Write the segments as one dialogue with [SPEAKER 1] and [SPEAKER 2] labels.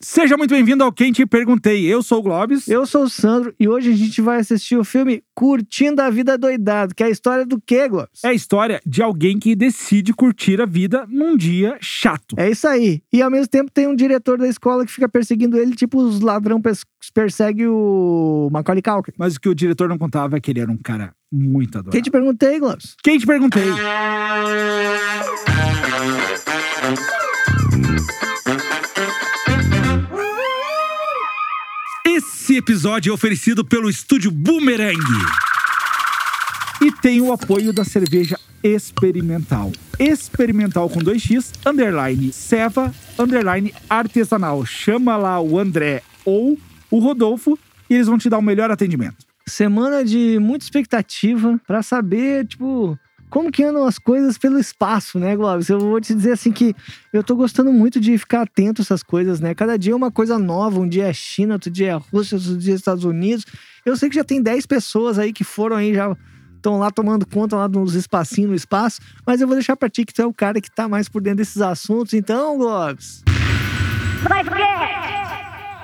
[SPEAKER 1] Seja muito bem-vindo ao Quem Te Perguntei. Eu sou o Globes.
[SPEAKER 2] Eu sou o Sandro e hoje a gente vai assistir o filme Curtindo a Vida Doidado, que é a história do quê, Globes?
[SPEAKER 1] É a história de alguém que decide curtir a vida num dia chato.
[SPEAKER 2] É isso aí. E ao mesmo tempo tem um diretor da escola que fica perseguindo ele, tipo os ladrão pes- persegue o Macaulay Culkin.
[SPEAKER 1] Mas o que o diretor não contava é que ele era um cara muito adorável.
[SPEAKER 2] Quem te perguntei, Globes?
[SPEAKER 1] Quem te perguntei? Esse episódio é oferecido pelo estúdio Boomerang. E tem o apoio da cerveja experimental. Experimental com 2x, underline ceva, underline artesanal. Chama lá o André ou o Rodolfo e eles vão te dar o melhor atendimento.
[SPEAKER 2] Semana de muita expectativa pra saber, tipo, como que andam as coisas pelo espaço, né, Globes? Eu vou te dizer assim que eu tô gostando muito de ficar atento a essas coisas, né? Cada dia é uma coisa nova, um dia é China, outro dia é Rússia, outro dia é Estados Unidos. Eu sei que já tem 10 pessoas aí que foram aí já estão lá tomando conta lá nos espacinhos no espaço, mas eu vou deixar pra ti que tu é o cara que tá mais por dentro desses assuntos, então, Globes.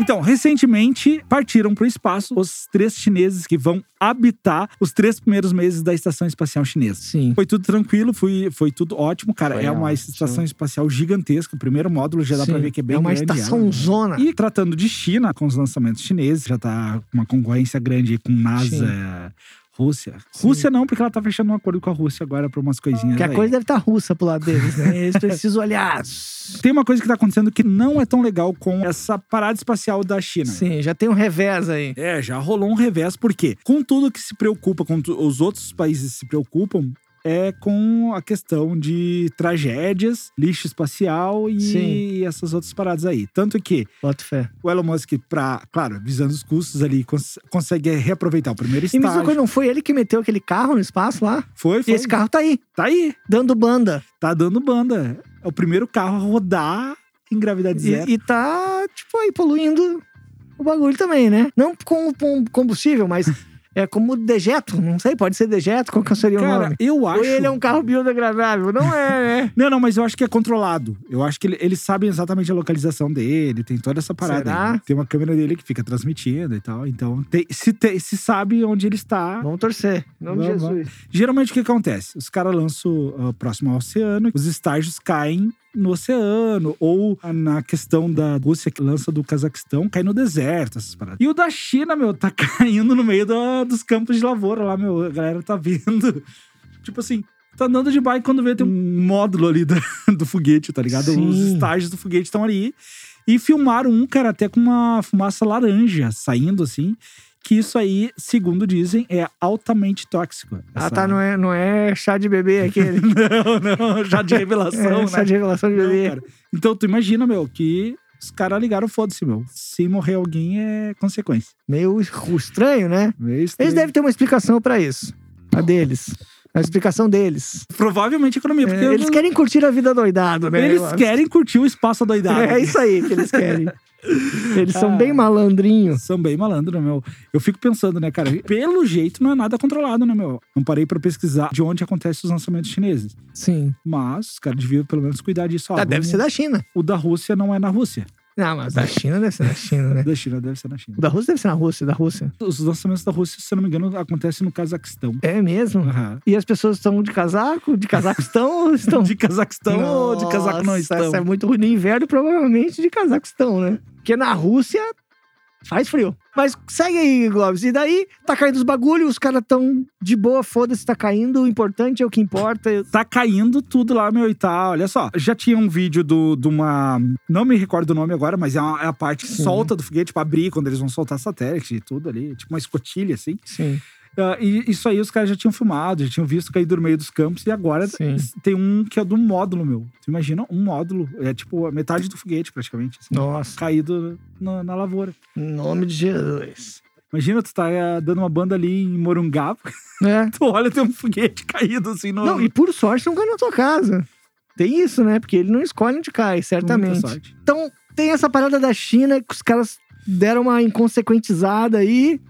[SPEAKER 1] Então, recentemente partiram para o espaço os três chineses que vão habitar os três primeiros meses da Estação Espacial Chinesa.
[SPEAKER 2] Sim.
[SPEAKER 1] Foi tudo tranquilo, foi, foi tudo ótimo, cara.
[SPEAKER 2] Foi
[SPEAKER 1] é uma
[SPEAKER 2] ótimo.
[SPEAKER 1] estação espacial gigantesca. O primeiro módulo já dá para ver que é bem
[SPEAKER 2] é uma
[SPEAKER 1] grande. ela,
[SPEAKER 2] estação
[SPEAKER 1] né?
[SPEAKER 2] zona.
[SPEAKER 1] E tratando de China, com os lançamentos chineses, já tá uma concorrência grande aí com NASA, Rússia.
[SPEAKER 2] Sim.
[SPEAKER 1] Rússia não, porque ela tá fechando um acordo com a Rússia agora para umas coisinhas.
[SPEAKER 2] Que a
[SPEAKER 1] aí.
[SPEAKER 2] coisa deve estar russa pro lado deles, né? Eles precisam olhar.
[SPEAKER 1] Tem uma coisa que tá acontecendo que não é tão legal com essa parada espacial da China.
[SPEAKER 2] Sim, já tem um revés aí.
[SPEAKER 1] É, já rolou um revés, porque com tudo que se preocupa, com tu- os outros países se preocupam, é com a questão de tragédias, lixo espacial e
[SPEAKER 2] Sim.
[SPEAKER 1] essas outras paradas aí. Tanto que
[SPEAKER 2] Bota fé.
[SPEAKER 1] o Elon Musk, pra, claro, visando os custos ali, cons- consegue reaproveitar o primeiro
[SPEAKER 2] E mesmo
[SPEAKER 1] estágio.
[SPEAKER 2] quando não foi ele que meteu aquele carro no espaço lá?
[SPEAKER 1] Foi,
[SPEAKER 2] E
[SPEAKER 1] foi.
[SPEAKER 2] esse carro tá aí,
[SPEAKER 1] Tá aí,
[SPEAKER 2] dando banda.
[SPEAKER 1] tá dando banda. É o primeiro carro a rodar em gravidade zero.
[SPEAKER 2] E, e tá, tipo, aí poluindo o bagulho também, né? Não com, com combustível, mas é como dejeto. Não sei, pode ser dejeto, qual que seria o
[SPEAKER 1] Cara,
[SPEAKER 2] nome?
[SPEAKER 1] eu acho.
[SPEAKER 2] Ou ele é um carro biodegradável? Não é, né?
[SPEAKER 1] Não, não, mas eu acho que é controlado. Eu acho que ele- eles sabem exatamente a localização dele, tem toda essa parada.
[SPEAKER 2] Será?
[SPEAKER 1] aí, né? Tem uma câmera dele que fica transmitindo e tal. Então, tem- se, tem- se sabe onde ele está.
[SPEAKER 2] Vamos torcer. Em nome de
[SPEAKER 1] Vamos,
[SPEAKER 2] Jesus.
[SPEAKER 1] Geralmente o que acontece? Os caras lançam ah, próximo ao oceano, os estágios caem no oceano, ou na questão da Rússia que lança do Cazaquistão, cai no deserto, essas paradas. E o da China, meu, tá caindo no meio da- dos campos de lavoura lá, meu. A galera tá vindo. Tipo assim, tá andando de bike quando vê tem um módulo ali da- do, foguete, tá ligado? Os
[SPEAKER 2] Sim.
[SPEAKER 1] estágios do foguete estão ali. E filmaram um, cara, até com uma fumaça laranja saindo assim. Que isso aí, segundo dizem, é altamente tóxico.
[SPEAKER 2] Ah,
[SPEAKER 1] Essa-
[SPEAKER 2] tá, não é, não é chá de bebê aquele.
[SPEAKER 1] não, não, já de revelação,
[SPEAKER 2] é,
[SPEAKER 1] né?
[SPEAKER 2] chá de revelação de
[SPEAKER 1] Não,
[SPEAKER 2] bebê.
[SPEAKER 1] cara. Então tu imagina, meu, que os caras ligaram, foda-se, meu. Se morrer alguém é consequência.
[SPEAKER 2] Meio estranho, né?
[SPEAKER 1] Meio estranho.
[SPEAKER 2] Eles devem ter uma explicação pra isso. A deles. A explicação deles.
[SPEAKER 1] Provavelmente economia, porque
[SPEAKER 2] É, eles querem curtir a vida doidado, né?
[SPEAKER 1] eles
[SPEAKER 2] Eu acho.
[SPEAKER 1] querem curtir o espaço adoidado.
[SPEAKER 2] É isso aí que eles querem. Eles são
[SPEAKER 1] Ah.
[SPEAKER 2] bem malandrinhos.
[SPEAKER 1] São bem malandro, né, meu. Eu fico pensando, né, cara? Pelo jeito não é nada controlado, né, meu? Não parei pra pesquisar de onde acontecem os lançamentos chineses.
[SPEAKER 2] Sim.
[SPEAKER 1] Mas os caras deviam pelo menos cuidar disso. ó,
[SPEAKER 2] Ah, deve
[SPEAKER 1] vamos-
[SPEAKER 2] ser da China.
[SPEAKER 1] O da Rússia não é na Rússia.
[SPEAKER 2] Não, mas da China deve ser na China, né?
[SPEAKER 1] Da China deve ser na China.
[SPEAKER 2] O da Rússia deve ser na Rússia, da Rússia.
[SPEAKER 1] Os lançamentos da Rússia, se eu não me engano, acontecem no Cazaquistão.
[SPEAKER 2] É mesmo?
[SPEAKER 1] Aham.
[SPEAKER 2] E as pessoas estão de casaco? De casaco estão ou estão?
[SPEAKER 1] De Cazaquistão ou de casaco não
[SPEAKER 2] Então. Nossa,
[SPEAKER 1] estão?
[SPEAKER 2] Essa é muito ruim. No inverno, provavelmente, de Cazaquistão, né? Porque na Rússia faz frio. Mas segue aí, Globes. E daí, tá caindo os bagulhos, os caras tão de boa, foda-se, tá caindo. O importante é o que importa. Eu-
[SPEAKER 1] Tá caindo tudo lá, meu, e tá. Olha só, já tinha um vídeo do- de uma. Não me recordo o nome agora, mas é, uma- é a parte que
[SPEAKER 2] Sim.
[SPEAKER 1] solta do foguete pra abrir quando eles vão soltar satélite e tudo ali, tipo uma escotilha assim.
[SPEAKER 2] Sim,
[SPEAKER 1] Ah, e isso aí os caras já tinham filmado, já tinham visto cair do meio dos campos, e agora
[SPEAKER 2] Sim.
[SPEAKER 1] tem um que é do módulo, meu. Tu imagina um módulo, é tipo a metade do foguete praticamente, assim,
[SPEAKER 2] nossa.
[SPEAKER 1] caído na, na lavoura.
[SPEAKER 2] Em nome de Jesus.
[SPEAKER 1] Imagina, tu tá ah, dando uma banda ali em Morungá,
[SPEAKER 2] É.
[SPEAKER 1] tu olha, tem um foguete caído assim no.
[SPEAKER 2] Não, e por sorte não cai na tua casa. Tem isso, né? Porque ele não escolhe onde
[SPEAKER 1] Com
[SPEAKER 2] cai,
[SPEAKER 1] muita
[SPEAKER 2] certamente.
[SPEAKER 1] sorte.
[SPEAKER 2] Então, tem essa parada da China que os caras deram uma inconsequentizada aí.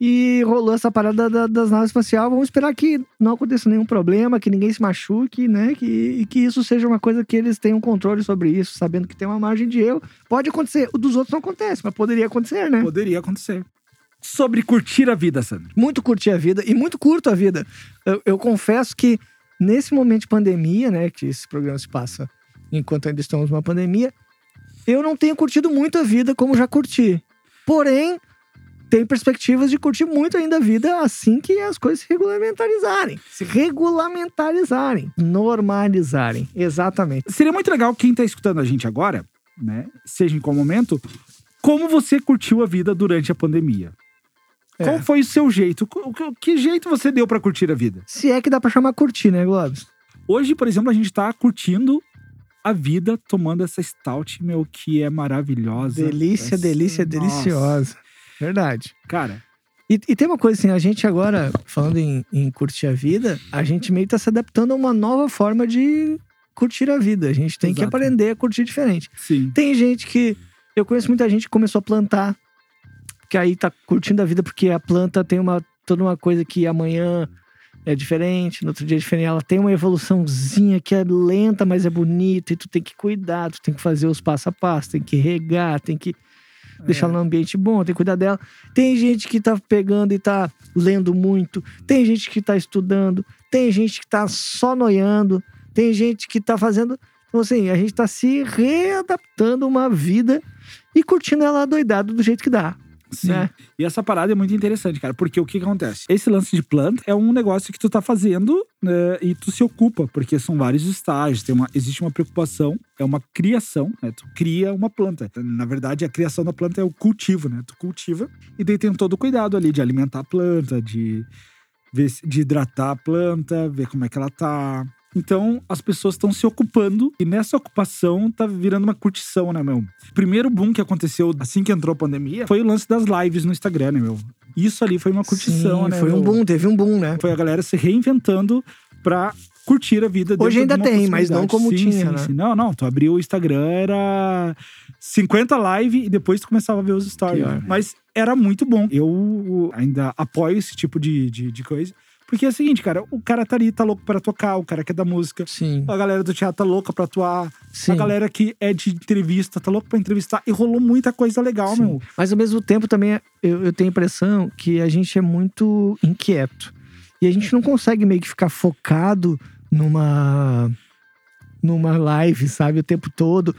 [SPEAKER 2] E rolou essa parada da- das naves espaciais. Vamos esperar que não aconteça nenhum problema, que ninguém se machuque, né? Que, e que isso seja uma coisa que eles tenham controle sobre isso, sabendo que tem uma margem de erro. Pode acontecer. O dos outros não acontece, mas poderia acontecer, né?
[SPEAKER 1] Poderia acontecer. Sobre curtir a vida, Sandro.
[SPEAKER 2] muito curti a vida e muito curto a vida. Eu, eu confesso que nesse momento de pandemia, né, que esse programa se passa enquanto ainda estamos numa pandemia, eu não tenho curtido muito a vida como já curti. Porém, tem perspectivas de curtir muito ainda a vida assim que as coisas se regulamentarizarem. Se regulamentarizarem. Normalizarem. Exatamente.
[SPEAKER 1] Seria muito legal quem tá escutando a gente agora, né? Seja em qual momento, como você curtiu a vida durante a pandemia.
[SPEAKER 2] É.
[SPEAKER 1] Qual foi o seu jeito? Co- co- Que jeito você deu pra curtir a vida?
[SPEAKER 2] Se é que dá pra chamar curtir, né, Globes?
[SPEAKER 1] Hoje, por exemplo, a gente tá curtindo a vida tomando essa stout, meu, que é maravilhosa.
[SPEAKER 2] Delícia,
[SPEAKER 1] Essa-
[SPEAKER 2] delícia,
[SPEAKER 1] um Nossa.
[SPEAKER 2] deliciosa. Verdade.
[SPEAKER 1] Cara,
[SPEAKER 2] E, e tem uma coisa assim, a gente agora, falando em, em curtir a vida, a gente meio que tá se adaptando a uma nova forma de curtir a vida. A gente tem que
[SPEAKER 1] Exato.
[SPEAKER 2] aprender a curtir diferente.
[SPEAKER 1] sim.
[SPEAKER 2] Tem gente que. Eu conheço muita gente que começou a plantar, que aí tá curtindo a vida porque a planta tem uma toda uma coisa que amanhã é diferente, no outro dia é diferente. Ela tem uma evoluçãozinha que é lenta, mas é bonita, e tu tem que cuidar, tu tem que fazer os passo a passo, tem que regar, tem que deixar ela num ambiente bom, tem que cuidar dela. Tem gente que tá pegando e tá lendo muito, tem gente que tá estudando, tem gente que tá só noiando, tem gente que tá fazendo. Então, assim, a gente tá se readaptando a uma vida e curtindo ela doidado do jeito que dá.
[SPEAKER 1] Sim.
[SPEAKER 2] né?
[SPEAKER 1] E essa parada é muito interessante, cara, porque o que que acontece? Esse lance de planta é um negócio que tu tá fazendo né, e tu se ocupa, porque são vários estágios, tem uma, existe uma preocupação, é uma criação, né? Tu cria uma planta. Na verdade, a criação da planta é o cultivo, né? Tu cultiva e daí tem todo o cuidado ali de alimentar a planta, de, ver se- de hidratar a planta, ver como é que ela tá. Então, as pessoas estão se ocupando e nessa ocupação tá virando uma curtição, né, meu? primeiro boom que aconteceu assim que entrou a pandemia foi o lance das lives no Instagram, né, meu? Isso ali foi uma curtição,
[SPEAKER 2] Sim,
[SPEAKER 1] né?
[SPEAKER 2] Foi um
[SPEAKER 1] meu?
[SPEAKER 2] boom, teve um boom, né?
[SPEAKER 1] Foi a galera se reinventando pra curtir a vida. dentro
[SPEAKER 2] Hoje ainda
[SPEAKER 1] de uma
[SPEAKER 2] tem, mas não
[SPEAKER 1] possibilidade.
[SPEAKER 2] como
[SPEAKER 1] Sim,
[SPEAKER 2] tinha,
[SPEAKER 1] sim,
[SPEAKER 2] né?
[SPEAKER 1] sim. Não, não. Tu abriu o Instagram, era 50 live e depois tu começava a ver os stories.
[SPEAKER 2] Pior, né?
[SPEAKER 1] Mas era muito bom. Eu ainda apoio esse tipo de, de, de coisa. Porque é o seguinte, cara, o cara tá ali, tá louco pra tocar, o cara que é da música,
[SPEAKER 2] Sim.
[SPEAKER 1] a galera do teatro tá louca pra atuar,
[SPEAKER 2] Sim.
[SPEAKER 1] a galera que é de entrevista, tá louco pra entrevistar. E rolou muita coisa legal,
[SPEAKER 2] Sim.
[SPEAKER 1] meu.
[SPEAKER 2] Mas ao mesmo tempo também é, eu, eu tenho a impressão que a gente é muito inquieto. E a gente não consegue meio que ficar focado numa numa live, sabe, o tempo todo,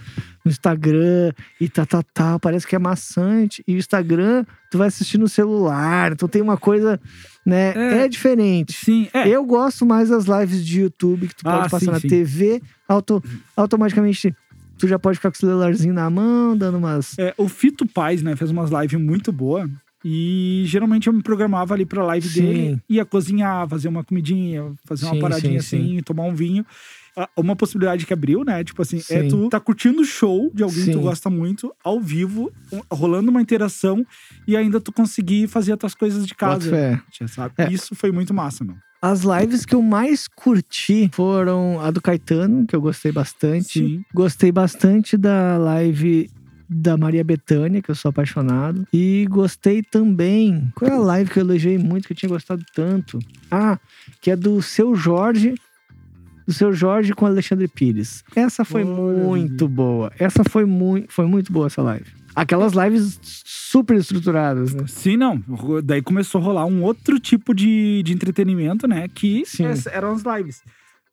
[SPEAKER 2] no Instagram e tá tá tá, parece que é maçante. E o Instagram tu vai assistir no celular, então tem uma coisa, né,
[SPEAKER 1] É.
[SPEAKER 2] é, diferente.
[SPEAKER 1] Sim, é.
[SPEAKER 2] Eu gosto mais das lives de YouTube que tu pode
[SPEAKER 1] Ah,
[SPEAKER 2] passar
[SPEAKER 1] sim,
[SPEAKER 2] na
[SPEAKER 1] sim.
[SPEAKER 2] TV, auto, automaticamente tu já pode ficar com o celularzinho na mão, dando umas
[SPEAKER 1] É, o Fito Paz, né, fez umas lives muito boas. E geralmente eu me programava ali pra live
[SPEAKER 2] Sim.
[SPEAKER 1] dele, ia cozinhar, fazer uma comidinha, fazer uma
[SPEAKER 2] Sim,
[SPEAKER 1] paradinha
[SPEAKER 2] sim,
[SPEAKER 1] assim, tomar um vinho. Ah, Uma possibilidade que abriu, né? Tipo assim, é
[SPEAKER 2] Sim.
[SPEAKER 1] tu tá curtindo o show de alguém que tu
[SPEAKER 2] Sim.
[SPEAKER 1] gosta muito, ao vivo, um, rolando uma interação e ainda tu conseguir fazer as tuas coisas de
[SPEAKER 2] Boto
[SPEAKER 1] casa.
[SPEAKER 2] fé.
[SPEAKER 1] Sabe?
[SPEAKER 2] É.
[SPEAKER 1] Isso foi muito massa, meu.
[SPEAKER 2] As lives que eu mais curti foram a do Caetano, que eu gostei bastante.
[SPEAKER 1] Sim.
[SPEAKER 2] Gostei bastante da live da Maria Bethânia, que eu sou apaixonado. E gostei também. Qual é a live que eu elogiei muito, que eu tinha gostado tanto? Ah, que é do seu Jorge. Do seu Jorge com Alexandre Pires. Essa foi
[SPEAKER 1] Olha.
[SPEAKER 2] muito boa. Essa foi, mui foi muito boa, essa live. Aquelas lives super estruturadas, né?
[SPEAKER 1] Sim, não. Ro- Daí começou a rolar um outro tipo de, de entretenimento, né? Que
[SPEAKER 2] Sim.
[SPEAKER 1] es- eram as lives.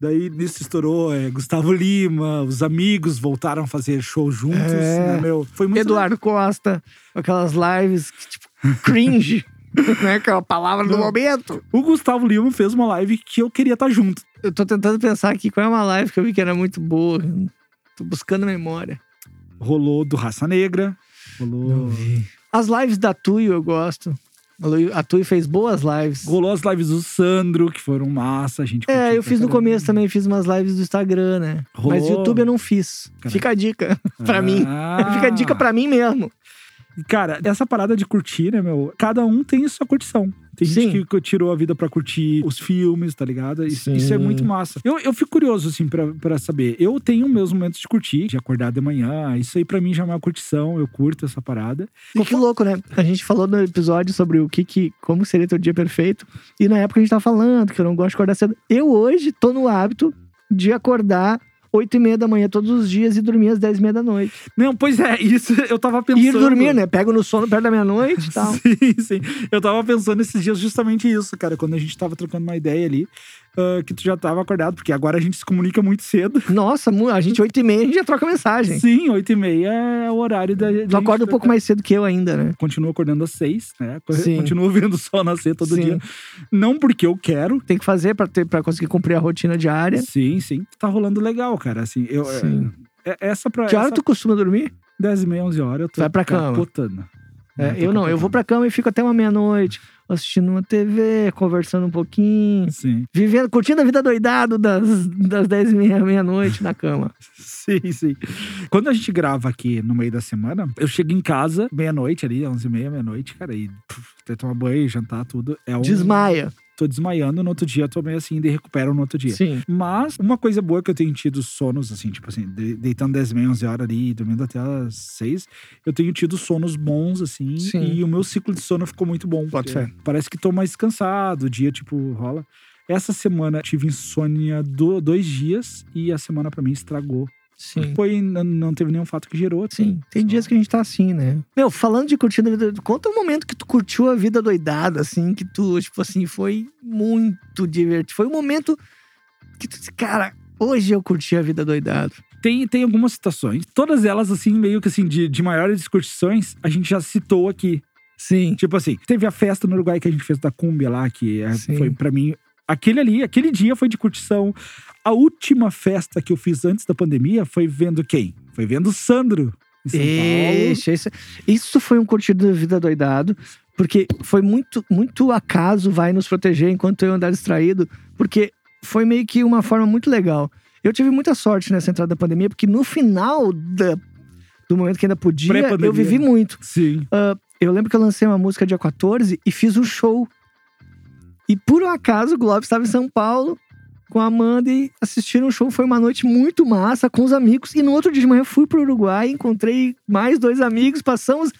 [SPEAKER 1] Daí nisso estourou é, Gustavo Lima, os amigos voltaram a fazer show juntos,
[SPEAKER 2] É.
[SPEAKER 1] né, meu? Foi muito
[SPEAKER 2] Eduardo Costa, aquelas lives que, tipo, cringe, né? Que é a palavra do
[SPEAKER 1] Não.
[SPEAKER 2] momento.
[SPEAKER 1] O Gustavo Lima fez uma live que eu queria estar junto.
[SPEAKER 2] Eu tô tentando pensar aqui qual é uma live que eu vi que era muito boa. Tô buscando memória.
[SPEAKER 1] Rolou do Raça Negra, rolou.
[SPEAKER 2] As lives da Tuyo eu gosto. A Tuyo fez boas lives.
[SPEAKER 1] Rolou as lives do Sandro, que foram massa, a gente
[SPEAKER 2] É,
[SPEAKER 1] curtiu pra
[SPEAKER 2] eu fiz no
[SPEAKER 1] caramba.
[SPEAKER 2] começo também, fiz umas lives do Instagram, né?
[SPEAKER 1] Rolou.
[SPEAKER 2] Mas YouTube eu não fiz.
[SPEAKER 1] Caraca.
[SPEAKER 2] Fica a dica pra mim.
[SPEAKER 1] Ah.
[SPEAKER 2] Fica a dica pra mim mesmo.
[SPEAKER 1] E, Cara, essa parada de curtir, né, meu? Cada um tem a sua curtição. Tem gente
[SPEAKER 2] Sim.
[SPEAKER 1] que, que tirou a vida pra curtir os filmes, tá ligado? Isso,
[SPEAKER 2] Sim.
[SPEAKER 1] isso é muito massa. Eu, eu fico curioso, assim, pra, pra saber. Eu tenho meus momentos de curtir, de acordar de manhã. Isso aí pra mim já é uma curtição. Eu curto essa parada.
[SPEAKER 2] E que louco, né? A gente falou no episódio sobre o que, que como seria teu dia perfeito. E na época a gente tava falando que eu não gosto de acordar cedo. Eu hoje tô no hábito de acordar 8 e meia da manhã todos os dias e dormir às 10 e meia da noite.
[SPEAKER 1] Não, pois é, isso eu tava pensando.
[SPEAKER 2] E ir dormir, né? Pego no sono perto da meia-noite e tal.
[SPEAKER 1] Sim, sim. Eu tava pensando esses dias justamente isso, cara. Quando a gente tava trocando uma ideia ali, ah, que tu já tava acordado, porque agora a gente se comunica muito cedo.
[SPEAKER 2] Nossa, mu- a gente 8 e meia, a gente já troca mensagem.
[SPEAKER 1] Sim, oito e meia é o horário da. tá
[SPEAKER 2] Tu acorda um pouco mais cedo que eu ainda, né?
[SPEAKER 1] Continua acordando às seis, né? Co-
[SPEAKER 2] Sim.
[SPEAKER 1] Continuo vendo o sol nascer todo
[SPEAKER 2] Sim.
[SPEAKER 1] dia. Não porque eu quero.
[SPEAKER 2] Tem que fazer pra, ter, pra conseguir cumprir a rotina diária.
[SPEAKER 1] Sim, sim. Tá rolando legal, cara. Assim, eu. é-
[SPEAKER 2] Né? Sim.
[SPEAKER 1] é- Essa pra.
[SPEAKER 2] Que hora
[SPEAKER 1] essa-
[SPEAKER 2] tu costuma dormir?
[SPEAKER 1] 10 e meia, 11 horas, eu tô
[SPEAKER 2] Vai pra cama.
[SPEAKER 1] capotando. né?
[SPEAKER 2] É,
[SPEAKER 1] tô
[SPEAKER 2] eu não, eu vou pra cama e fico até uma meia-noite, assistindo uma TV, conversando um pouquinho.
[SPEAKER 1] capotando. Sim.
[SPEAKER 2] Vivendo, curtindo a vida doidado das, das 10 e meia, meia-noite na cama.
[SPEAKER 1] Hum. Sim, sim. Quando a gente grava aqui no meio da semana, eu chego em casa, meia-noite ali, 11 e meia, meia-noite, cara, e puf, até tomar banho, jantar, tudo. É um...
[SPEAKER 2] Desmaia.
[SPEAKER 1] Tô desmaiando, no outro dia eu tô meio assim, de recupero no outro dia.
[SPEAKER 2] Sim.
[SPEAKER 1] Mas uma coisa boa que eu tenho tido sonos, assim, tipo assim, de- deitando 10 e meia, 11 horas ali, dormindo até às 6, eu tenho tido sonos bons, assim,
[SPEAKER 2] Sim.
[SPEAKER 1] e o meu ciclo de sono ficou muito bom.
[SPEAKER 2] Boto fé.
[SPEAKER 1] Parece que tô mais cansado, o dia, tipo, rola. Essa semana eu tive insônia do, dois dias e a semana pra mim estragou
[SPEAKER 2] Sim.
[SPEAKER 1] foi, n- não teve nenhum fato que gerou.
[SPEAKER 2] Sim. Tem dias que a gente tá assim, né? Meu, falando de curtindo a vida doidada, conta um momento que tu curtiu a vida doidada, assim, que tu, tipo assim, foi muito divertido. Foi um momento que tu disse, cara, hoje eu curti a vida doidada.
[SPEAKER 1] Tem, tem algumas citações. Todas elas, assim, meio que assim, de, de maiores discussões, a gente já citou aqui.
[SPEAKER 2] Sim.
[SPEAKER 1] Tipo assim, teve a festa no Uruguai que a gente fez da Cumbia lá, que é-
[SPEAKER 2] Sim.
[SPEAKER 1] foi pra mim. Aquele ali, aquele dia foi de curtição. A última festa que eu fiz antes da pandemia foi vendo quem? Foi vendo o Sandro. Em São Paulo.
[SPEAKER 2] Ixi, isso, isso foi um curtido da vida doidado, porque foi muito, muito acaso vai nos proteger enquanto eu andar distraído, porque foi meio que uma forma muito legal. Eu tive muita sorte nessa entrada da pandemia, porque no final da- do momento que ainda podia,
[SPEAKER 1] Pré-pandemia.
[SPEAKER 2] eu vivi muito.
[SPEAKER 1] Sim.
[SPEAKER 2] Eu lembro que eu lancei uma música dia 14 e fiz um show. E por um acaso, o Globo estava em São Paulo com a Amanda e assistiram um show. Foi uma noite muito massa com os amigos. E no outro dia de manhã eu fui pro Uruguai, encontrei mais dois amigos. Passamos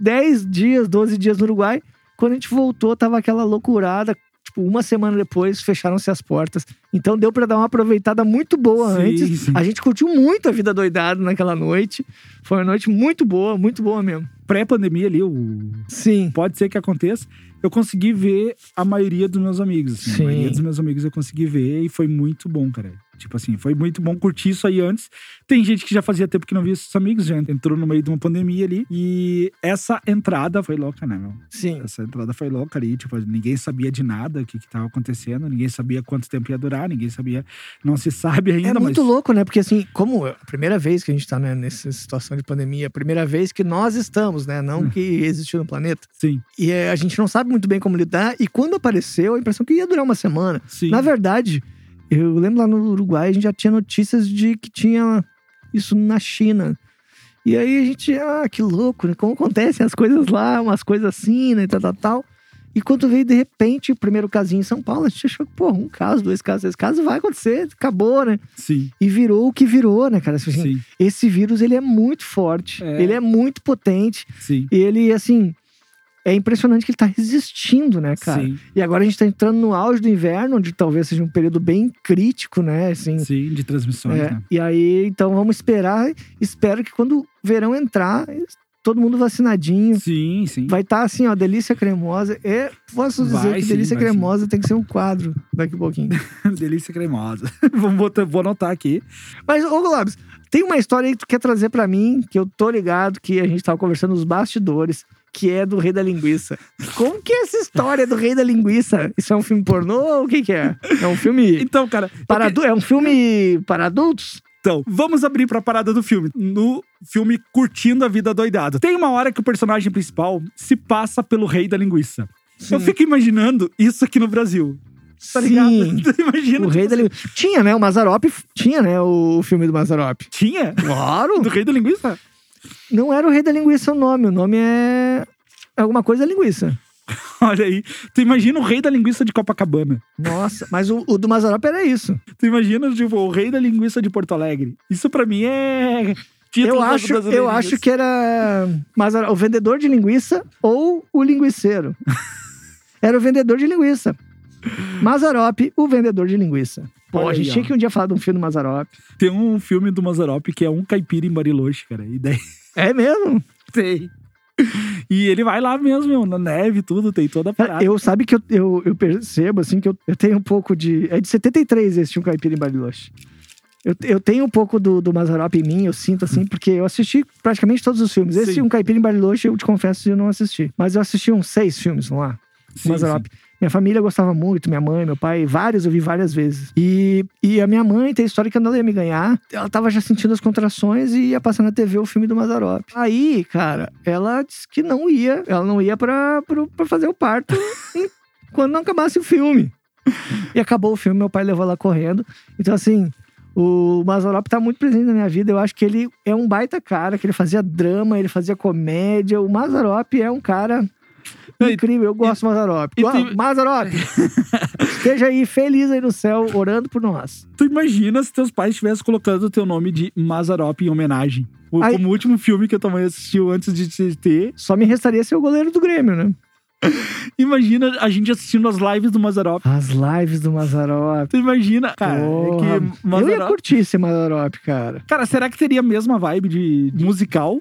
[SPEAKER 2] 10 dias, 12 dias no Uruguai. Quando a gente voltou, tava aquela loucurada. Tipo, uma semana depois, fecharam-se as portas. Então deu pra dar uma aproveitada muito boa
[SPEAKER 1] Sim,
[SPEAKER 2] antes.
[SPEAKER 1] sim.
[SPEAKER 2] A gente curtiu muito a vida doidada naquela noite. Foi uma noite muito boa, muito boa mesmo.
[SPEAKER 1] Pré-pandemia ali, o
[SPEAKER 2] Sim.
[SPEAKER 1] pode ser que aconteça. Eu consegui ver a maioria dos meus amigos. assim.
[SPEAKER 2] Sim.
[SPEAKER 1] A maioria dos meus amigos eu consegui ver e foi muito bom, cara. Tipo assim, foi muito bom curtir isso aí antes. Tem gente que já fazia tempo que não via seus amigos, já entrou no meio de uma pandemia ali. E essa entrada foi louca, né, meu?
[SPEAKER 2] Sim,
[SPEAKER 1] Essa entrada foi louca ali, tipo, ninguém sabia de nada, o que que tava acontecendo, ninguém sabia quanto tempo ia durar, ninguém sabia, não se sabe ainda,
[SPEAKER 2] é
[SPEAKER 1] mas...
[SPEAKER 2] muito louco, né? Porque assim, como a primeira vez que a gente tá né, nessa situação de pandemia, é a primeira vez que nós estamos, né? Não
[SPEAKER 1] Hum.
[SPEAKER 2] que existiu no planeta.
[SPEAKER 1] Sim,
[SPEAKER 2] E é, a gente não sabe muito bem como lidar. E quando apareceu, a impressão que ia durar uma semana.
[SPEAKER 1] sim.
[SPEAKER 2] Na verdade, eu lembro lá no Uruguai, a gente já tinha notícias de que tinha isso na China. E aí a gente, ah, que louco, né? Como acontecem as coisas lá, umas coisas assim, né? Tal, tal, tal. E quando veio, de repente, o primeiro casinho em São Paulo, a gente achou que, pô, um caso, dois casos, três casos, vai acontecer, acabou, né?
[SPEAKER 1] Sim,
[SPEAKER 2] E virou o que virou, né, cara? Assim,
[SPEAKER 1] sim,
[SPEAKER 2] Esse vírus, ele é muito forte.
[SPEAKER 1] É.
[SPEAKER 2] Ele é muito potente.
[SPEAKER 1] sim,
[SPEAKER 2] E ele, assim... É impressionante que ele tá resistindo, né, cara?
[SPEAKER 1] sim,
[SPEAKER 2] E agora a gente tá entrando no auge do inverno, onde talvez seja um período bem crítico, né? Assim,
[SPEAKER 1] sim, de transmissões,
[SPEAKER 2] é,
[SPEAKER 1] né?
[SPEAKER 2] E aí, então vamos esperar. Espero que quando o verão entrar, todo mundo vacinadinho.
[SPEAKER 1] Sim, sim.
[SPEAKER 2] Vai estar assim, ó, delícia cremosa. É, posso dizer
[SPEAKER 1] Vai
[SPEAKER 2] que
[SPEAKER 1] sim,
[SPEAKER 2] delícia
[SPEAKER 1] vai sim.
[SPEAKER 2] cremosa tem que ser um quadro daqui a pouquinho.
[SPEAKER 1] Delícia cremosa. Vamos botar- vou anotar aqui.
[SPEAKER 2] Mas, ô Globes, tem uma história aí que tu quer trazer pra mim, que eu tô ligado que a gente tava conversando nos bastidores, que é do Rei da Linguiça. Como que é essa história do Rei da Linguiça? Isso é um filme pornô ou o que que é? É um filme...
[SPEAKER 1] Então, cara, eu
[SPEAKER 2] Para
[SPEAKER 1] que-
[SPEAKER 2] adu- É um filme para adultos?
[SPEAKER 1] então, vamos abrir pra parada do filme. No filme Curtindo a Vida Doidado. Tem uma hora que o personagem principal se passa pelo rei da linguiça. Eu fico imaginando isso aqui no Brasil. Tá ligado?
[SPEAKER 2] Sim.
[SPEAKER 1] Tu imagina.
[SPEAKER 2] O Rei da Linguiça. Tinha, né? O Mazarop. Tinha, né? O filme do Mazarop.
[SPEAKER 1] Tinha?
[SPEAKER 2] Claro.
[SPEAKER 1] Do rei da linguiça?
[SPEAKER 2] Não era o rei da linguiça o nome, o nome é. Alguma coisa é linguiça.
[SPEAKER 1] Olha aí. Tu imagina o rei da linguiça de Copacabana.
[SPEAKER 2] Nossa, mas o, o do Mazarop era isso.
[SPEAKER 1] Tu imagina, tipo, o rei da linguiça de Porto Alegre. Isso pra mim é. título
[SPEAKER 2] Eu
[SPEAKER 1] das
[SPEAKER 2] acho, eu
[SPEAKER 1] brasileirinhas.
[SPEAKER 2] acho que era Mazarop, o vendedor de linguiça ou o linguiceiro. Era o vendedor de linguiça. Mazarop, o vendedor de linguiça. Pô,
[SPEAKER 1] Olha
[SPEAKER 2] a gente
[SPEAKER 1] aí, ó.
[SPEAKER 2] tinha que um dia falar de um filme do Mazarop.
[SPEAKER 1] Tem um filme do Mazarop que é um caipira em Bariloche, cara. E daí
[SPEAKER 2] É mesmo?
[SPEAKER 1] tem. E ele vai lá mesmo, meu, na neve e tudo, tem
[SPEAKER 2] É,
[SPEAKER 1] toda a parada.
[SPEAKER 2] Eu, sabe que eu, eu, eu percebo, assim, que eu, eu tenho um pouco de... É de 73 esse um Caipira em Bariloche. Eu, eu tenho um pouco do, do Mazarop em mim, eu sinto assim, porque eu assisti praticamente todos os filmes. Esse
[SPEAKER 1] Sim.
[SPEAKER 2] Um Caipira em Bariloche, eu te confesso, eu não assisti. Mas eu assisti uns seis filmes, vamos lá.
[SPEAKER 1] Sim,
[SPEAKER 2] Mazarop. Minha família gostava muito, minha mãe, meu pai, vários, eu vi várias vezes. E, e a minha mãe tem a história que ela não ia me ganhar. Ela tava já sentindo as contrações e ia passar na TV o filme do Mazarop. Aí, cara, ela disse que não ia. Ela não ia pra, pro- pra fazer o parto em- quando não acabasse o filme. E acabou o filme, meu pai levou ela correndo. Então, assim, o Mazarop tá muito presente na minha vida. Eu acho que ele é um baita cara, que ele fazia drama, ele fazia comédia. O Mazarop é um cara
[SPEAKER 1] Não, e-
[SPEAKER 2] incrível. Eu gosto do Mazarop.
[SPEAKER 1] e
[SPEAKER 2] Go-
[SPEAKER 1] tem-
[SPEAKER 2] Mazarop, esteja aí feliz aí no céu, orando por nós.
[SPEAKER 1] Tu imagina se teus pais estivessem colocando o teu nome de Mazarop em homenagem. O-
[SPEAKER 2] Ai.
[SPEAKER 1] Como o último filme que a tua mãe assistiu antes de te ter.
[SPEAKER 2] Só me restaria ser o goleiro do Grêmio, né?
[SPEAKER 1] Imagina a gente assistindo as lives do Mazarop.
[SPEAKER 2] As lives do Mazarop.
[SPEAKER 1] Tu imagina, cara, é
[SPEAKER 2] Porra.
[SPEAKER 1] que
[SPEAKER 2] Eu ia
[SPEAKER 1] Mazzaropi-
[SPEAKER 2] curtir esse Mazarop, cara.
[SPEAKER 1] Cara, será que teria a mesma vibe de de musical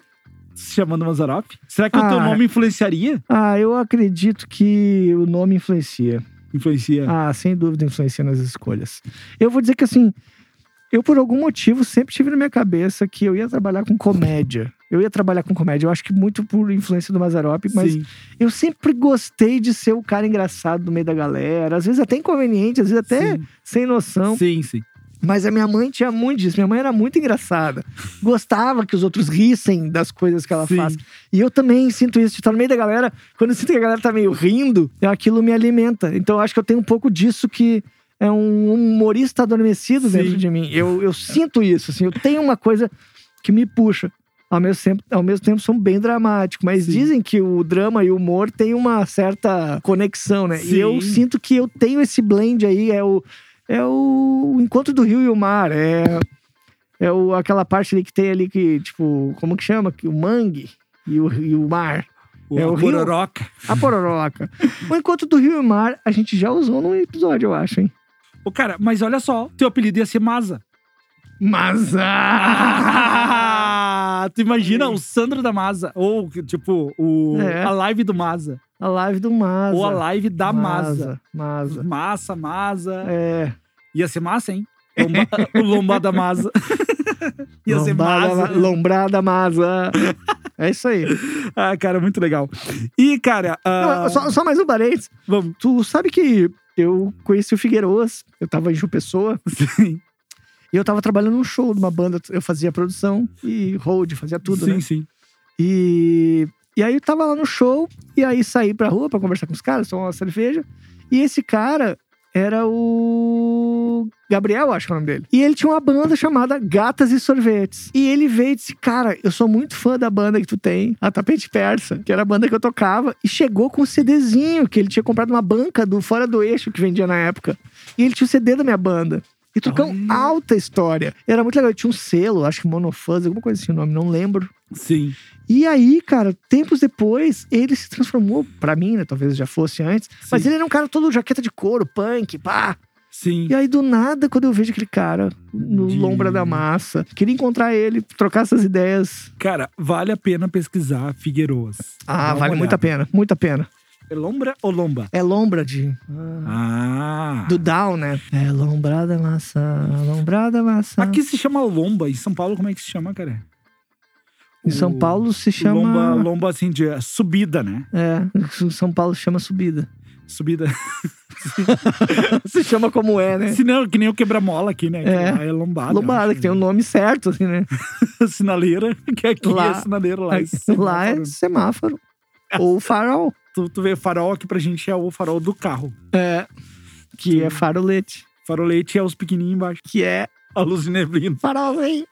[SPEAKER 1] se chamando Mazarop? Será que o teu
[SPEAKER 2] Ah.
[SPEAKER 1] nome influenciaria?
[SPEAKER 2] Ah, eu acredito que o nome influencia.
[SPEAKER 1] Influencia.
[SPEAKER 2] Ah, sem dúvida influencia nas escolhas. Eu vou dizer que assim, eu por algum motivo sempre tive na minha cabeça que eu ia trabalhar com comédia. Eu ia trabalhar com comédia, eu acho que muito por influência do Mazarop, mas
[SPEAKER 1] Sim.
[SPEAKER 2] eu sempre gostei de ser o cara engraçado no meio da galera. Às vezes até inconveniente, às vezes até
[SPEAKER 1] sim.
[SPEAKER 2] sem noção.
[SPEAKER 1] Sim, sim.
[SPEAKER 2] Mas a minha mãe tinha muito disso. Minha mãe era muito engraçada. Gostava que os outros rissem das coisas que ela
[SPEAKER 1] Sim.
[SPEAKER 2] faz. E eu também sinto isso. De estar no meio da galera, quando eu sinto que a galera tá meio rindo, aquilo me alimenta. Então eu acho que eu tenho um pouco disso que é um humorista adormecido
[SPEAKER 1] Sim.
[SPEAKER 2] dentro de mim. Eu, eu sinto isso, assim. Eu tenho uma coisa que me puxa. Ao mesmo tempo, ao mesmo tempo são bem dramáticos. Mas
[SPEAKER 1] Sim.
[SPEAKER 2] dizem que o drama e o humor têm uma certa conexão, né?
[SPEAKER 1] Sim.
[SPEAKER 2] E eu sinto que eu tenho esse blend aí. É o, é o encontro do rio e o mar. É, é o, aquela parte ali que tem ali que, tipo, como que chama? Que O mangue e o, e o mar.
[SPEAKER 1] O,
[SPEAKER 2] É o Rio-
[SPEAKER 1] Pororoca.
[SPEAKER 2] A pororoca. o encontro do rio e o mar a gente já usou num episódio, eu acho, hein?
[SPEAKER 1] Ô, cara, mas olha só, teu apelido ia ser Maza.
[SPEAKER 2] Mas ah!
[SPEAKER 1] tu imagina o Sandro da Maza. Ou, tipo, o,
[SPEAKER 2] É.
[SPEAKER 1] a live do Maza.
[SPEAKER 2] A live do Maza.
[SPEAKER 1] Ou a live da Maza.
[SPEAKER 2] Maza. Maza.
[SPEAKER 1] Massa, Maza.
[SPEAKER 2] É.
[SPEAKER 1] Ia ser massa, hein? Lomba, o lombada Maza. Ia ser
[SPEAKER 2] Lombada,
[SPEAKER 1] Maza.
[SPEAKER 2] É, Lombrada Maza. É isso aí.
[SPEAKER 1] Ah, cara, muito legal. E, cara, ah,
[SPEAKER 2] Não, só, só mais um parênteses.
[SPEAKER 1] vamos.
[SPEAKER 2] Tu sabe que eu conheci o Figueiroas, eu tava em João Pessoa, assim,
[SPEAKER 1] Sim,
[SPEAKER 2] E eu tava trabalhando num show, numa banda, eu fazia produção e hold, fazia tudo,
[SPEAKER 1] sim,
[SPEAKER 2] né?
[SPEAKER 1] sim.
[SPEAKER 2] E, e aí eu tava lá no show, e aí saí pra rua pra conversar com os caras, tomar uma cerveja. E esse cara era o Gabriel, acho que é o nome dele. E ele tinha uma banda chamada Gatas e Sorvetes. E ele veio e disse: Cara, eu sou muito fã da banda que tu tem, a Tapete Persa, que era a banda que eu tocava. E chegou com um CDzinho que ele tinha comprado uma banca do Fora do Eixo que vendia na época. E ele tinha o CD da minha banda. E tocou
[SPEAKER 1] Olha.
[SPEAKER 2] alta história. Era muito legal. Eu tinha um selo, acho que Monofuzz, alguma coisa assim o nome, não lembro.
[SPEAKER 1] Sim.
[SPEAKER 2] E aí, cara, tempos depois, ele se transformou, pra mim, né? Talvez já fosse antes. Mas ele era um cara todo jaqueta de couro, punk, pá.
[SPEAKER 1] Sim.
[SPEAKER 2] E aí, do nada, quando eu vejo aquele cara no
[SPEAKER 1] De-
[SPEAKER 2] Lombra da Massa, queria encontrar ele, trocar essas ideias.
[SPEAKER 1] Cara, vale a pena pesquisar Figueiroas.
[SPEAKER 2] Ah, vale muito a pena, muito a pena.
[SPEAKER 1] pena. É lombra ou lomba?
[SPEAKER 2] É Lombra de.
[SPEAKER 1] Ah.
[SPEAKER 2] Do Down, né? É Lombra da Massa, Lombra da Massa.
[SPEAKER 1] Aqui se chama lomba. Em São Paulo, como é que se chama, cara?
[SPEAKER 2] em São
[SPEAKER 1] O-
[SPEAKER 2] Paulo se chama.
[SPEAKER 1] Lomba, lomba assim de é, subida, né?
[SPEAKER 2] É, em São Paulo chama subida.
[SPEAKER 1] Subida.
[SPEAKER 2] se chama como é, né?
[SPEAKER 1] Se não, que nem o quebra-mola aqui, né? Que
[SPEAKER 2] É.
[SPEAKER 1] lá é lombada.
[SPEAKER 2] Lombada, que tem o nome certo, assim, né?
[SPEAKER 1] tem sinaleira. Que aqui é
[SPEAKER 2] Lá-
[SPEAKER 1] sinaleira. Lá, é
[SPEAKER 2] Lá é
[SPEAKER 1] semáforo.
[SPEAKER 2] semáforo. Ou farol,
[SPEAKER 1] Tu, tu vê farol aqui pra gente é o farol do carro.
[SPEAKER 2] que é farolete,
[SPEAKER 1] Farolete é os pequenininhos embaixo.
[SPEAKER 2] que é
[SPEAKER 1] A luz de neblina.
[SPEAKER 2] Farolzinho.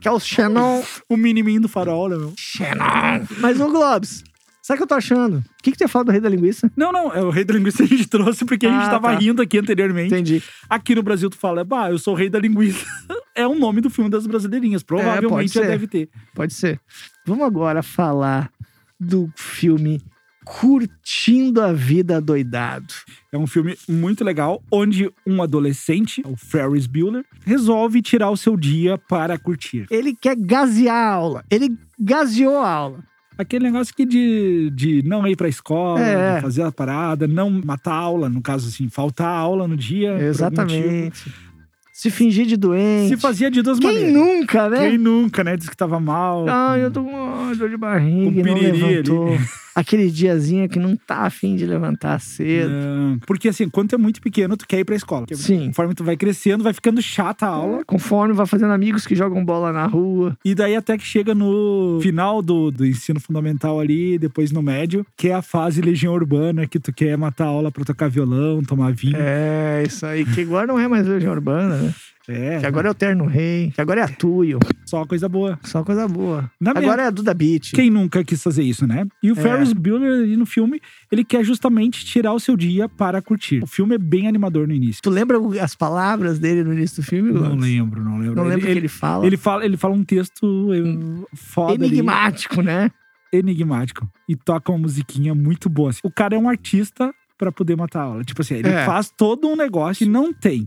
[SPEAKER 2] Que é o Xenon.
[SPEAKER 1] O miniminho do farol, né, meu?
[SPEAKER 2] Xenon. Mas, ô Globes, sabe o que eu tô achando? O que, que você fala do Rei da Linguiça?
[SPEAKER 1] Não, não, é o rei da linguiça que a gente trouxe porque a gente
[SPEAKER 2] Ah,
[SPEAKER 1] tava
[SPEAKER 2] tá.
[SPEAKER 1] rindo aqui anteriormente.
[SPEAKER 2] Entendi.
[SPEAKER 1] Aqui no Brasil tu fala, bah, eu sou o rei da linguiça. É o nome do filme das brasileirinhas.
[SPEAKER 2] É, pode
[SPEAKER 1] Provavelmente já
[SPEAKER 2] ser.
[SPEAKER 1] deve ter.
[SPEAKER 2] Pode ser. Vamos agora falar do filme Curtindo a Vida Doidado.
[SPEAKER 1] É um filme muito legal, onde um adolescente, o Ferris Bueller, resolve tirar o seu dia para curtir.
[SPEAKER 2] Ele quer gasear a aula. Ele gaseou a aula.
[SPEAKER 1] Aquele negócio que de, de não ir pra escola,
[SPEAKER 2] É.
[SPEAKER 1] de fazer a parada, não matar a aula, no caso assim, faltar a aula no
[SPEAKER 2] É,
[SPEAKER 1] dia. por algum motivo.
[SPEAKER 2] Exatamente. Se fingir de doente.
[SPEAKER 1] Se fazia de duas
[SPEAKER 2] Quem
[SPEAKER 1] maneiras.
[SPEAKER 2] nunca, né?
[SPEAKER 1] Quem nunca, né? Diz que tava mal.
[SPEAKER 2] Ah, eu tô com uma dor de
[SPEAKER 1] Com
[SPEAKER 2] barriga, e não
[SPEAKER 1] piriri ali.
[SPEAKER 2] levantou. Aquele diazinho que não tá afim de levantar cedo.
[SPEAKER 1] Não. Porque assim, quando tu é muito pequeno, tu quer ir pra escola. Porque
[SPEAKER 2] Sim.
[SPEAKER 1] Conforme tu vai crescendo, vai ficando chata a aula.
[SPEAKER 2] Aula, conforme vai fazendo amigos que jogam bola na rua.
[SPEAKER 1] E daí até que chega no final do, do ensino fundamental ali, depois no médio, que é a fase legião urbana, que tu quer matar a aula pra tocar violão, tomar vinho.
[SPEAKER 2] É, isso aí. Que agora não é mais Legião Urbana, né?
[SPEAKER 1] É,
[SPEAKER 2] Que agora é o Terno Rei. Que agora é a Tuyo.
[SPEAKER 1] só coisa boa.
[SPEAKER 2] Só coisa boa.
[SPEAKER 1] Na minha-
[SPEAKER 2] agora é a Duda Beat.
[SPEAKER 1] Quem nunca quis fazer isso, né? E o
[SPEAKER 2] É.
[SPEAKER 1] Ferris Bueller ali no filme, ele quer justamente tirar o seu dia para curtir. O filme é bem animador no início.
[SPEAKER 2] Tu lembra o- as palavras dele no início do filme?
[SPEAKER 1] Não
[SPEAKER 2] Lucas?
[SPEAKER 1] lembro, não lembro.
[SPEAKER 2] Não lembro o que
[SPEAKER 1] ele,
[SPEAKER 2] ele fala.
[SPEAKER 1] ele, ele fala, ele fala um texto eh, foda ali.
[SPEAKER 2] Enigmático, né?
[SPEAKER 1] enigmático e toca uma musiquinha muito boa. assim. O cara é um artista pra poder matar a aula. Tipo assim, ele
[SPEAKER 2] É.
[SPEAKER 1] faz todo um negócio que não tem.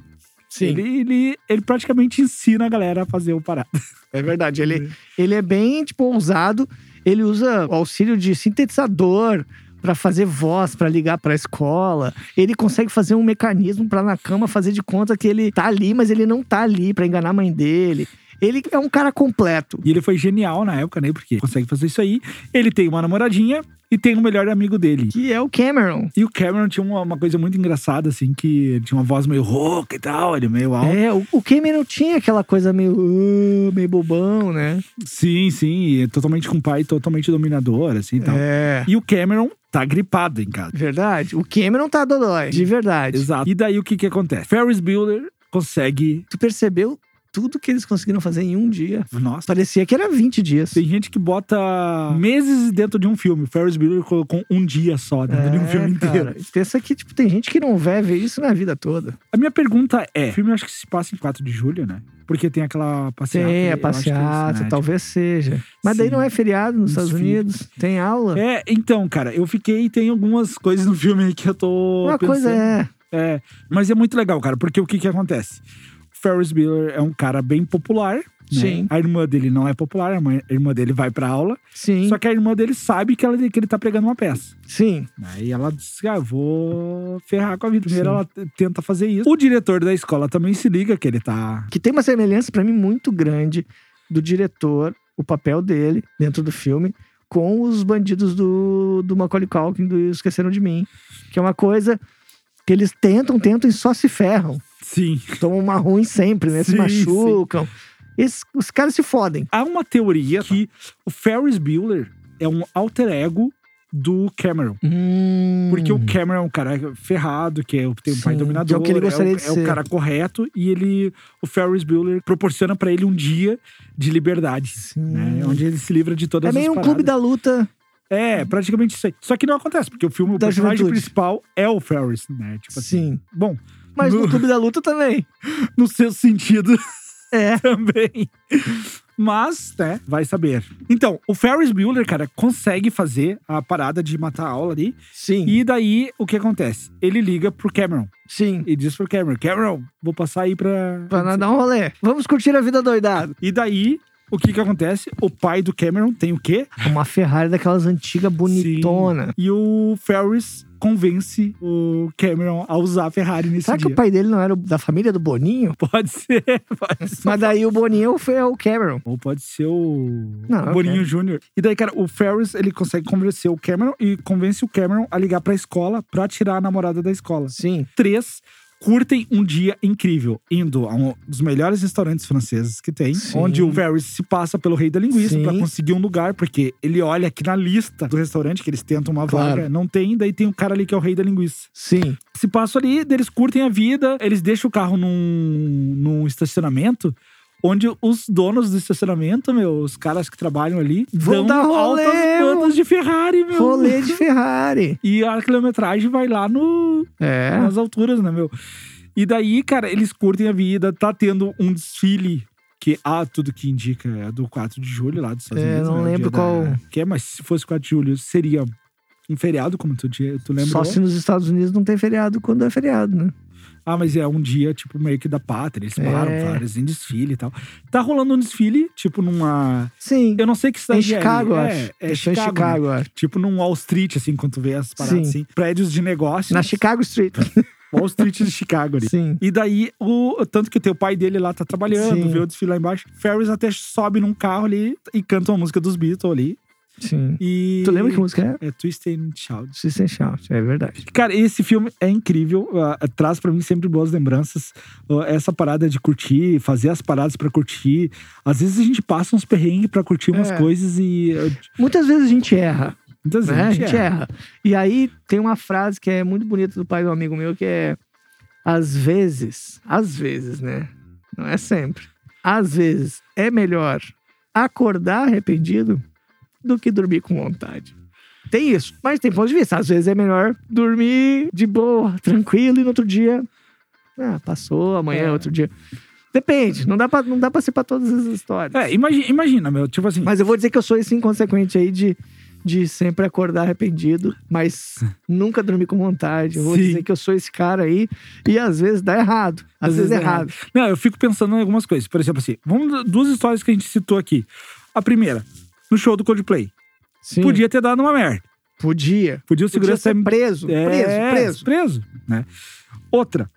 [SPEAKER 1] Ele, ele, ele praticamente ensina a galera a fazer o parado.
[SPEAKER 2] É verdade. Ele, ele é bem, tipo, ousado. Ele usa o auxílio de sintetizador pra fazer voz, pra ligar pra escola. Ele consegue fazer um mecanismo pra na cama fazer de conta que ele tá ali, mas ele não tá ali pra enganar a mãe dele. Ele é um cara completo.
[SPEAKER 1] E ele foi genial na época, né? Porque consegue fazer isso aí. Ele tem uma namoradinha e tem o melhor amigo dele.
[SPEAKER 2] Que é o Cameron.
[SPEAKER 1] E o Cameron tinha uma, uma coisa muito engraçada, assim, que ele tinha uma voz meio rouca e tal, ele meio alto.
[SPEAKER 2] É, o o Cameron tinha aquela coisa meio. "Ah", meio bobão, né?
[SPEAKER 1] Sim, sim, e é totalmente com o pai, totalmente dominador, assim e tal.
[SPEAKER 2] É.
[SPEAKER 1] E o Cameron tá gripado em casa.
[SPEAKER 2] Verdade. O Cameron tá dodói. De verdade.
[SPEAKER 1] Exato. E daí o que que acontece? Ferris Bueller consegue.
[SPEAKER 2] Tu percebeu tudo que eles conseguiram fazer em um dia?
[SPEAKER 1] Nossa.
[SPEAKER 2] Parecia que era 20 dias.
[SPEAKER 1] Tem gente que bota meses dentro de um filme. Ferris Bueller colocou um dia só dentro de um
[SPEAKER 2] É,
[SPEAKER 1] filme
[SPEAKER 2] cara.
[SPEAKER 1] inteiro.
[SPEAKER 2] Pensa que, tipo, tem gente que não vai ver isso na vida toda.
[SPEAKER 1] A minha pergunta é: o filme acho que se passa em 4 de julho, né? Porque tem aquela passeata.
[SPEAKER 2] Tem,
[SPEAKER 1] eu
[SPEAKER 2] é
[SPEAKER 1] acho que isso,
[SPEAKER 2] passeata,
[SPEAKER 1] né?
[SPEAKER 2] talvez seja. Mas daí
[SPEAKER 1] Sim.
[SPEAKER 2] não é feriado nos
[SPEAKER 1] Nos
[SPEAKER 2] Estados
[SPEAKER 1] fica.
[SPEAKER 2] Unidos, tem aula.
[SPEAKER 1] É, então, cara, eu fiquei. Tem algumas coisas no filme aí que eu tô.
[SPEAKER 2] Uma coisa
[SPEAKER 1] pensando.
[SPEAKER 2] é.
[SPEAKER 1] É, mas é muito legal, cara, porque o que que acontece? Ferris Bueller é um cara bem popular. né?
[SPEAKER 2] Sim.
[SPEAKER 1] A irmã dele não é popular, a mãe- a irmã dele vai pra aula.
[SPEAKER 2] Sim,
[SPEAKER 1] Só que a irmã dele sabe que, ela, que ele tá pregando uma peça.
[SPEAKER 2] sim.
[SPEAKER 1] Aí ela disse: Ah, eu vou ferrar com a vida. Primeiro
[SPEAKER 2] Sim.
[SPEAKER 1] ela t- tenta fazer isso. O diretor da escola também se liga que ele tá.
[SPEAKER 2] Que tem uma semelhança pra mim muito grande do diretor, o papel dele dentro do filme, com os bandidos do, do Macaulay Culkin do Esqueceram de Mim. Que é uma coisa que eles tentam, tentam e só se ferram.
[SPEAKER 1] Sim.
[SPEAKER 2] Tomam uma ruim sempre, né?
[SPEAKER 1] Sim,
[SPEAKER 2] se
[SPEAKER 1] sim.
[SPEAKER 2] machucam. Esses, os caras se fodem.
[SPEAKER 1] Há uma teoria que o Ferris Bueller é um alter ego do Cameron. Porque
[SPEAKER 2] Hum.
[SPEAKER 1] o Cameron é um cara ferrado, que é, o- tem um pai
[SPEAKER 2] Sim,
[SPEAKER 1] dominador.
[SPEAKER 2] que é o que ele gostaria
[SPEAKER 1] é o,
[SPEAKER 2] de
[SPEAKER 1] é o
[SPEAKER 2] ser.
[SPEAKER 1] cara correto. E ele, o Ferris Bueller proporciona pra ele um dia de liberdade. né? Onde ele se livra de todas
[SPEAKER 2] É
[SPEAKER 1] as
[SPEAKER 2] meio um
[SPEAKER 1] paradas.
[SPEAKER 2] clube da luta.
[SPEAKER 1] É, praticamente isso aí. Só que não acontece, porque o filme, o
[SPEAKER 2] Da
[SPEAKER 1] personagem
[SPEAKER 2] juventude.
[SPEAKER 1] principal é o Ferris, né? Tipo assim.
[SPEAKER 2] Sim.
[SPEAKER 1] Bom,
[SPEAKER 2] Mas no
[SPEAKER 1] No-
[SPEAKER 2] clube da luta também.
[SPEAKER 1] no seu sentido
[SPEAKER 2] É.
[SPEAKER 1] também. Mas, né, vai saber. Então, o Ferris Bueller, cara, consegue fazer a parada de matar a aula ali.
[SPEAKER 2] Sim.
[SPEAKER 1] E daí, o que acontece? Ele liga pro Cameron
[SPEAKER 2] Sim.
[SPEAKER 1] e diz pro Cameron: Cameron, vou passar aí pra.
[SPEAKER 2] Pra nós dar um rolê. Vamos curtir a vida doidado.
[SPEAKER 1] E daí, o que que acontece? O pai do Cameron tem o quê?
[SPEAKER 2] Uma Ferrari daquelas antigas, bonitona.
[SPEAKER 1] E o Ferris convence o Cameron a usar a Ferrari nesse
[SPEAKER 2] Será que o
[SPEAKER 1] dia.
[SPEAKER 2] pai dele não era o- da família do Boninho?
[SPEAKER 1] Pode ser, pode ser.
[SPEAKER 2] Mas daí o Boninho foi o Cameron.
[SPEAKER 1] Ou pode ser o
[SPEAKER 2] Não,
[SPEAKER 1] o Boninho Júnior. E daí, cara, o Ferris, ele consegue convencer o Cameron e convence o Cameron a ligar pra escola pra tirar a namorada da escola.
[SPEAKER 2] Sim.
[SPEAKER 1] Três, curtem um dia incrível indo a um dos melhores restaurantes franceses que tem,
[SPEAKER 2] Sim.
[SPEAKER 1] onde o Varys se passa pelo rei da linguiça
[SPEAKER 2] Sim.
[SPEAKER 1] pra conseguir um lugar, porque ele olha aqui na lista do restaurante que eles tentam uma
[SPEAKER 2] Claro.
[SPEAKER 1] vaga, não tem, daí tem um cara ali que é o rei da linguiça.
[SPEAKER 2] Sim.
[SPEAKER 1] Se passa ali, daí eles curtem a vida, eles deixam o carro num, num estacionamento. Onde os donos do estacionamento, meu, os caras que trabalham ali, dão
[SPEAKER 2] Vão dar rolê,
[SPEAKER 1] altas
[SPEAKER 2] mano.
[SPEAKER 1] bandas de Ferrari, meu.
[SPEAKER 2] Rolê de Ferrari.
[SPEAKER 1] E a quilometragem vai lá no,
[SPEAKER 2] É.
[SPEAKER 1] nas alturas, né, meu? E daí, cara, eles curtem a vida, tá tendo um desfile que há tudo que indica é do 4 de julho lá dos Estados
[SPEAKER 2] É,
[SPEAKER 1] Unidos.
[SPEAKER 2] não
[SPEAKER 1] né, o
[SPEAKER 2] lembro
[SPEAKER 1] dia
[SPEAKER 2] qual-
[SPEAKER 1] Da... Que é, mas se fosse 4 de julho, seria um feriado, como tu, dia- tu lembra?
[SPEAKER 2] Só se nos Estados Unidos não tem feriado quando é feriado, né?
[SPEAKER 1] Ah, mas é um dia, tipo, meio que da pátria. Eles
[SPEAKER 2] É.
[SPEAKER 1] param, param, eles em desfile e tal. Tá rolando um desfile, tipo, numa.
[SPEAKER 2] Sim.
[SPEAKER 1] Eu não sei que cidade
[SPEAKER 2] Em
[SPEAKER 1] é.
[SPEAKER 2] Chicago, eu
[SPEAKER 1] é,
[SPEAKER 2] acho.
[SPEAKER 1] É,
[SPEAKER 2] Eles são
[SPEAKER 1] Chicago.
[SPEAKER 2] em
[SPEAKER 1] né?
[SPEAKER 2] Chicago, eu acho.
[SPEAKER 1] Tipo, num Wall Street, assim, quando tu vê as paradas,
[SPEAKER 2] Sim.
[SPEAKER 1] assim. Prédios de negócios.
[SPEAKER 2] Na Chicago Street.
[SPEAKER 1] Wall Street de Chicago ali.
[SPEAKER 2] Sim.
[SPEAKER 1] E daí, o, tanto que tem o pai dele lá tá trabalhando,
[SPEAKER 2] Sim.
[SPEAKER 1] vê o desfile lá embaixo. Ferris até sobe num carro ali e canta uma música dos Beatles ali.
[SPEAKER 2] Sim.
[SPEAKER 1] E.
[SPEAKER 2] Tu lembra que música é?
[SPEAKER 1] É Twisted and Shout.
[SPEAKER 2] System Shout, é verdade.
[SPEAKER 1] Cara, esse filme é incrível, ah, traz pra mim sempre boas lembranças. Ah, essa parada de curtir, fazer as paradas pra curtir. Às vezes a gente passa uns perrengues pra curtir umas
[SPEAKER 2] É.
[SPEAKER 1] coisas e. ah,
[SPEAKER 2] Muitas vezes a gente erra,
[SPEAKER 1] Muitas vezes
[SPEAKER 2] né?
[SPEAKER 1] a gente erra.
[SPEAKER 2] erra. E aí tem uma frase que é muito bonita do pai do amigo meu que é às vezes, às vezes, né? Não é sempre. Às vezes é melhor acordar arrependido do que dormir com vontade. Tem isso, mas tem ponto de vista. Às vezes é melhor dormir de boa, tranquilo, e no outro dia. Ah, passou, amanhã é
[SPEAKER 1] É.
[SPEAKER 2] outro dia. Depende, não dá pra, não dá pra ser pra todas as histórias.
[SPEAKER 1] É, imagina, imagina, meu. Tipo assim.
[SPEAKER 2] Mas eu vou dizer que eu sou esse inconsequente aí de, de sempre acordar arrependido, mas nunca dormir com vontade. Eu vou
[SPEAKER 1] Sim.
[SPEAKER 2] dizer que eu sou esse cara aí e às vezes dá errado. Às, vezes, é errado.
[SPEAKER 1] Não, eu fico pensando em algumas coisas. Por exemplo, assim, vamos duas histórias que a gente citou aqui. A primeira, no show do Coldplay.
[SPEAKER 2] Sim.
[SPEAKER 1] Podia ter dado uma merda.
[SPEAKER 2] Podia.
[SPEAKER 1] Podia o
[SPEAKER 2] Podia
[SPEAKER 1] segurança
[SPEAKER 2] ser
[SPEAKER 1] ter-
[SPEAKER 2] preso.
[SPEAKER 1] É,
[SPEAKER 2] Preso, preso.
[SPEAKER 1] né? Outra,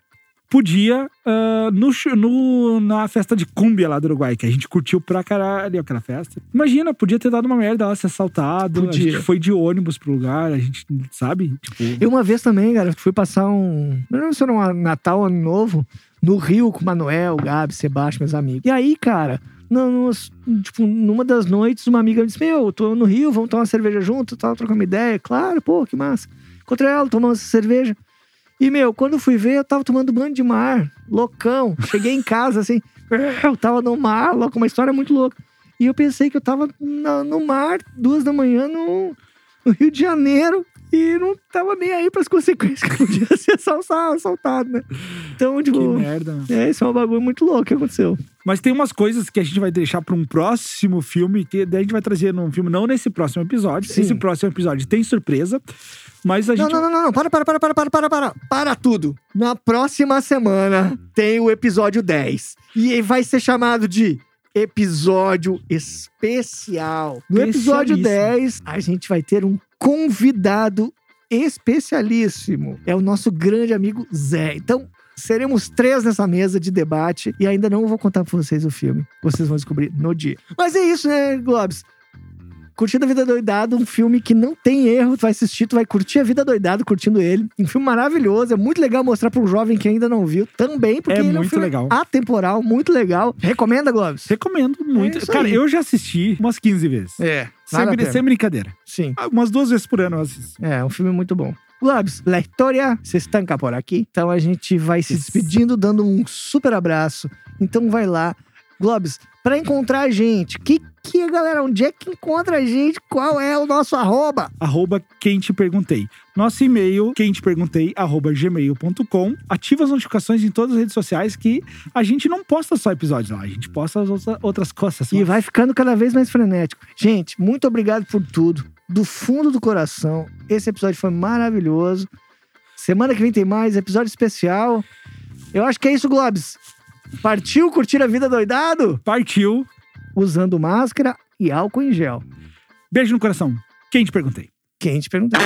[SPEAKER 1] podia ah, no, sh- no- na festa de cumbia lá do Uruguai, que a gente curtiu pra caralho aquela festa. Imagina, podia ter dado uma merda lá, ser assaltado. A
[SPEAKER 2] Podia.
[SPEAKER 1] gente foi de ônibus pro lugar, a gente, sabe? Tipo,
[SPEAKER 2] Eu uma vez também, cara, fui passar um. Não lembro se era um Natal, Ano Novo, no Rio com o Manuel, Gabi, Sebastião, meus amigos. E aí, cara, no- nos- tipo, numa das noites, uma amiga me disse: Meu, eu tô no Rio, vamos tomar uma cerveja junto, tal, trocar uma ideia. Claro, pô, que massa. Encontrei ela, tomamos essa cerveja. E, meu, quando eu fui ver, eu tava tomando banho de mar, loucão. Cheguei em casa, assim, eu tava no mar, louco, uma história muito louca. E eu pensei que eu tava na- no mar, duas da manhã, no, no Rio de Janeiro, e não tava nem aí pras consequências que eu podia ser assaltado, assaltado, né? Então,
[SPEAKER 1] que
[SPEAKER 2] tipo,
[SPEAKER 1] merda, mano.
[SPEAKER 2] é, isso é um bagulho muito louco que aconteceu.
[SPEAKER 1] Mas tem umas coisas que a gente vai deixar pra um próximo filme, que daí a gente vai trazer num filme, não nesse próximo episódio.
[SPEAKER 2] Sim.
[SPEAKER 1] Esse próximo episódio tem surpresa, mas a
[SPEAKER 2] Não,
[SPEAKER 1] gente.
[SPEAKER 2] não, não, não, não, para, para, para, para, para, para, para, para tudo. Na próxima semana tem o episódio 10. E ele vai ser chamado de episódio especial. No episódio
[SPEAKER 1] Especialíssimo.
[SPEAKER 2] 10, a gente vai ter um convidado especialíssimo. É o nosso grande amigo Zé. Então, seremos três nessa mesa de debate e ainda não vou contar pra vocês o filme. Vocês vão descobrir no dia. Mas é isso, né, Globes? Curtindo a Vida Doidado, um filme que não tem erro. Tu vai assistir, tu vai curtir a Vida Doidado curtindo ele. Um filme maravilhoso, é muito legal mostrar pra um jovem que ainda não viu também, porque
[SPEAKER 1] É
[SPEAKER 2] ele é um
[SPEAKER 1] muito
[SPEAKER 2] filme
[SPEAKER 1] legal.
[SPEAKER 2] atemporal, muito legal. Recomenda, Globes?
[SPEAKER 1] Recomendo
[SPEAKER 2] É
[SPEAKER 1] muito.
[SPEAKER 2] isso
[SPEAKER 1] Cara,
[SPEAKER 2] aí.
[SPEAKER 1] eu já assisti umas 15 vezes.
[SPEAKER 2] É,
[SPEAKER 1] Sem, brin- sem brincadeira.
[SPEAKER 2] Sim.
[SPEAKER 1] Ah, Umas duas vezes por ano eu assisto.
[SPEAKER 2] É, um filme muito bom. Globes, la historia se estanca por aqui. Então a gente vai se
[SPEAKER 1] Isso.
[SPEAKER 2] despedindo, dando um super abraço. Então vai lá. Globes, pra encontrar a gente, que que, galera, onde é que encontra a gente? Qual é o nosso arroba?
[SPEAKER 1] Arroba quem te perguntei. Nosso e-mail, quem te perguntei, arroba gmail.com. Ativa as notificações em todas as redes sociais que a gente não posta só episódios lá, a gente posta as outra- outras coisas.
[SPEAKER 2] E vai ficando cada vez mais frenético. Gente, muito obrigado por tudo. Do fundo do coração, esse episódio foi maravilhoso. Semana que vem tem mais, episódio especial. Eu acho que é isso, Globes. Partiu curtir a vida doidado?
[SPEAKER 1] Partiu.
[SPEAKER 2] Usando máscara e álcool em gel.
[SPEAKER 1] Beijo no coração. Quem te perguntei.
[SPEAKER 2] Quem te perguntar?